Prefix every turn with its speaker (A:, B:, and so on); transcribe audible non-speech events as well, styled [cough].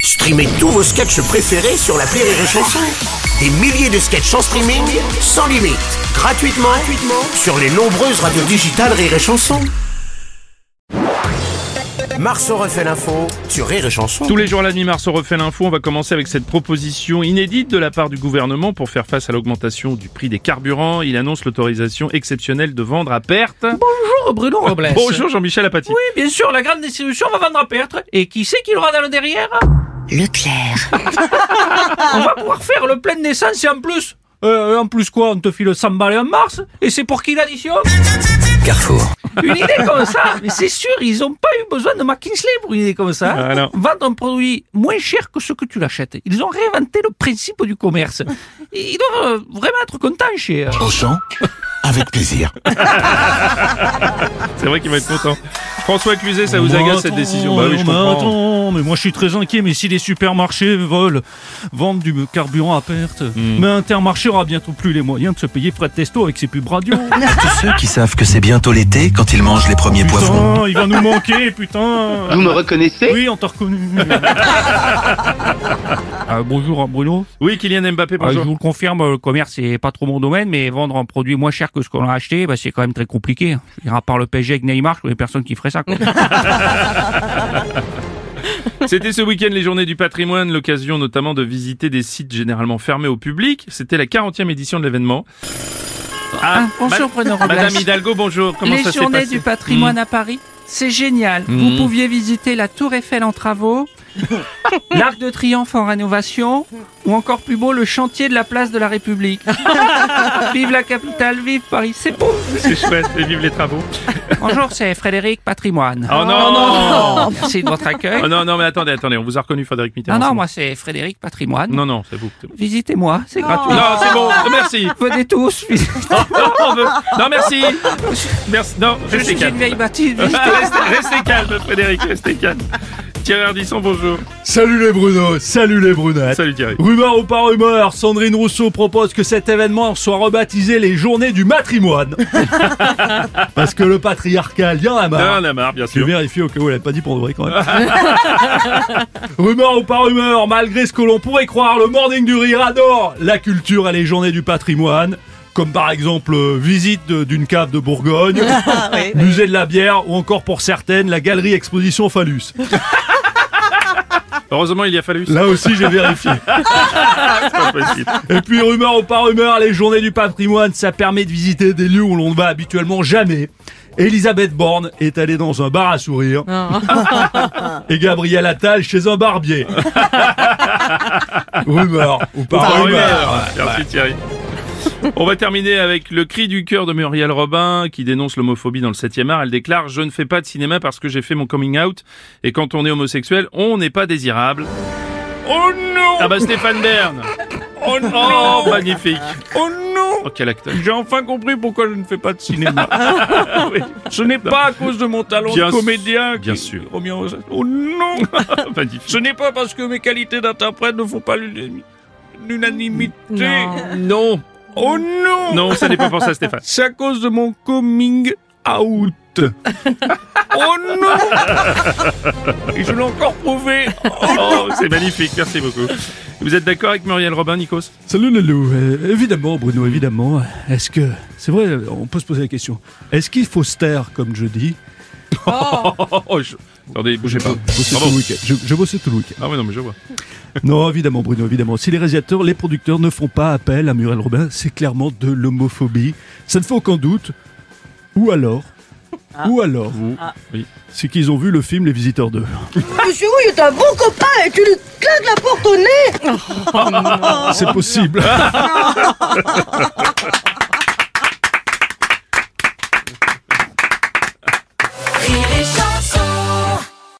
A: Streamez tous vos sketchs préférés sur la Rire et Chanson. Des milliers de sketchs en streaming, sans limite, gratuitement, gratuitement sur les nombreuses radios digitales Rire et Chanson. Marceau refait l'info sur Rire et Chanson.
B: Tous les jours à la nuit, Mars, on refait l'info. On va commencer avec cette proposition inédite de la part du gouvernement pour faire face à l'augmentation du prix des carburants. Il annonce l'autorisation exceptionnelle de vendre à perte.
C: Bonjour Oh, Bruno
B: Oh,
C: Robles.
B: Bonjour Jean-Michel Apathy.
C: Oui, bien sûr, la grande distribution va vendre à perte. Et qui c'est qui l'aura dans le derrière [laughs]
D: Leclerc,
C: On va pouvoir faire le plein d'essence et en plus... Euh, en plus quoi, on te file 100 balles en mars Et c'est pour qui l'addition
A: Carrefour.
C: Une idée comme ça Mais c'est sûr, ils n'ont pas eu besoin de McKinsey pour une idée comme ça.
B: Ah, non.
C: Vendre un produit moins cher que ce que tu l'achètes. Ils ont réinventé le principe du commerce. Ils doivent euh, vraiment être contents chez... euh,
A: Auchan, avec plaisir.
B: C'est vrai qu'il va être content. François Cluzet, ça vous
E: Bon,
B: agace cette
E: attends,
B: décision Bah oui, je
E: mais
B: comprends.
E: attends, mais moi je suis très inquiet, mais si les supermarchés volent, vendent du carburant à perte,
B: Hmm.
E: mais Intermarché aura bientôt plus les moyens de se payer Fred Testo avec ses pubs
F: [laughs]
E: radio.
G: Tous ceux qui savent que c'est bientôt l'été quand ils mangent les premiers poivrons.
E: putain, il va nous manquer, putain.
F: Vous me reconnaissez
E: Oui, on t'a
F: [laughs]
E: reconnu. Euh, bonjour Bruno.
B: Oui, Kylian Mbappé,
E: Euh, je
H: Ah,
B: bonjour.
E: vous le confirme, le commerce c'est pas trop mon domaine, mais vendre un produit moins cher que ce qu'on a acheté, bah, c'est quand même très compliqué. Je veux dire, à part le PSG avec Neymar, je connais personne qui ferait ça. quoi.
B: C'était ce week-end les journées du patrimoine, l'occasion notamment de visiter des sites généralement fermés au public. C'était la 40e édition de l'événement. [laughs] Ah,
I: Bonjour Bruno Robles.
B: Madame Hidalgo, bonjour. Comment
I: Les
B: ça s'est
I: journées
B: passé Hmm.
I: du patrimoine à Paris, c'est génial. Vous pouviez visiter la Tour Eiffel
B: [laughs]
I: en travaux, l'Arc de Triomphe en rénovation, ou encore plus beau, le chantier de la place de la République. [laughs] vive la capitale, vive Paris, c'est beau.
B: C'est chouette, et vive les travaux.
I: Bonjour, c'est Frédéric Patrimoine.
B: Oh non, non
I: Merci de votre accueil.
B: Oh non, non, mais attendez, attendez, on vous a reconnu Frédéric
I: Non,
B: Mitterrand.
I: Ah non,
B: c'est
I: moi Oh. c'est Frédéric Patrimoine.
B: bon. Non, non, c'est vous. c'est vous.
I: Visitez-moi, c'est gratuit.
B: Non, c'est bon,
I: [laughs]
B: merci.
I: Venez tous,
B: Non, on veut- non, merci. Merci. Non,
I: je
B: restez
I: suis une
B: calme. Ah,
I: vieille bâtisse.
B: Restez, restez calme, Frédéric, restez calme. Thierry Ardisson, bonjour.
H: Salut les Bruno, salut les Brunettes.
B: Salut Thierry.
H: Rumeur ou pas rumeur, Sandrine Rousseau propose que cet événement soit rebaptisé les Journées
B: [laughs]
H: du matrimoine. Parce que le patriarcat, il y en a
B: Non,
H: marre.
B: on a marre, bien
H: J'ai
B: sûr.
H: vérifié au cas où elle n'a pas dit pour de vrai quand même. [laughs] rumeur ou pas rumeur, malgré ce que l'on pourrait croire, le Morning du Rire adore la culture et les Journées du patrimoine. Comme par exemple, euh, visite de- d'une cave de Bourgogne, musée de la bière ou encore pour certaines, la galerie exposition phallus.
B: Heureusement, il y a fallu.
H: Là aussi, j'ai vérifié.
B: C'est pas [laughs] possible.
H: Et puis rumeur ou pas rumeur, les journées du patrimoine, ça permet de visiter des lieux où l'on ne va habituellement jamais. Elisabeth Borne est allée dans un bar à sourire. [laughs] Et Gabriel Attal chez un barbier. rumeur ou pas
B: Par
H: rumeur.
B: rumeur. Oh, Merci Thierry. On va terminer avec le cri du cœur de Muriel Robin qui dénonce l'homophobie dans le 7e art. Elle déclare Je ne fais pas de cinéma parce que j'ai fait mon coming out et quand on est homosexuel, on n'est pas désirable.
E: oh non
B: Ah bah Stéphane Bern
E: Oh
B: Oh, magnifique
E: Oh non
B: Oh, quel acteur
E: J'ai enfin compris pourquoi je ne fais pas de cinéma.
B: Oui,
E: Ce n'est pas à cause de mon talent
B: Bien
E: de
B: sûr,
E: comédien
B: bien
E: qui
B: sûr.
E: revient aux- Oh non
B: Magnifique
E: Ce n'est pas parce que mes qualités d'interprète ne font pas l'uni- l'unanimité.
B: Non
E: Oh non
B: Non, ça n'est pas pour ça Stéphane.
E: [laughs] C'est à cause de mon coming out. oh non Et je l'ai encore prouvé.
B: Oh, c'est magnifique, merci beaucoup. Vous êtes d'accord avec Muriel Robin, Nikos
H: Salut le loup. Euh, évidemment, Bruno, évidemment. Est-ce que. C'est vrai, on peut se poser la question. Est-ce qu'il faut se taire, comme je dis
B: Oh, oh, je... Attendez, bougez
E: Ah.
B: pas.
H: Bosser
B: Bravo.
H: tout le week-end. Je, je bossais tout le week-end.
B: Ah oui, non, mais je vois.
H: Non, évidemment, Bruno, évidemment. Si les réalisateurs, les producteurs ne font pas appel à Muriel Robin, c'est clairement de l'homophobie. Ça ne fait aucun doute. Ou alors, ou alors,
B: oui.
H: c'est qu'ils ont vu le film Les Visiteurs 2.
J: Monsieur Wu est un bon copain et tu lui claques la porte au nez
H: C'est possible.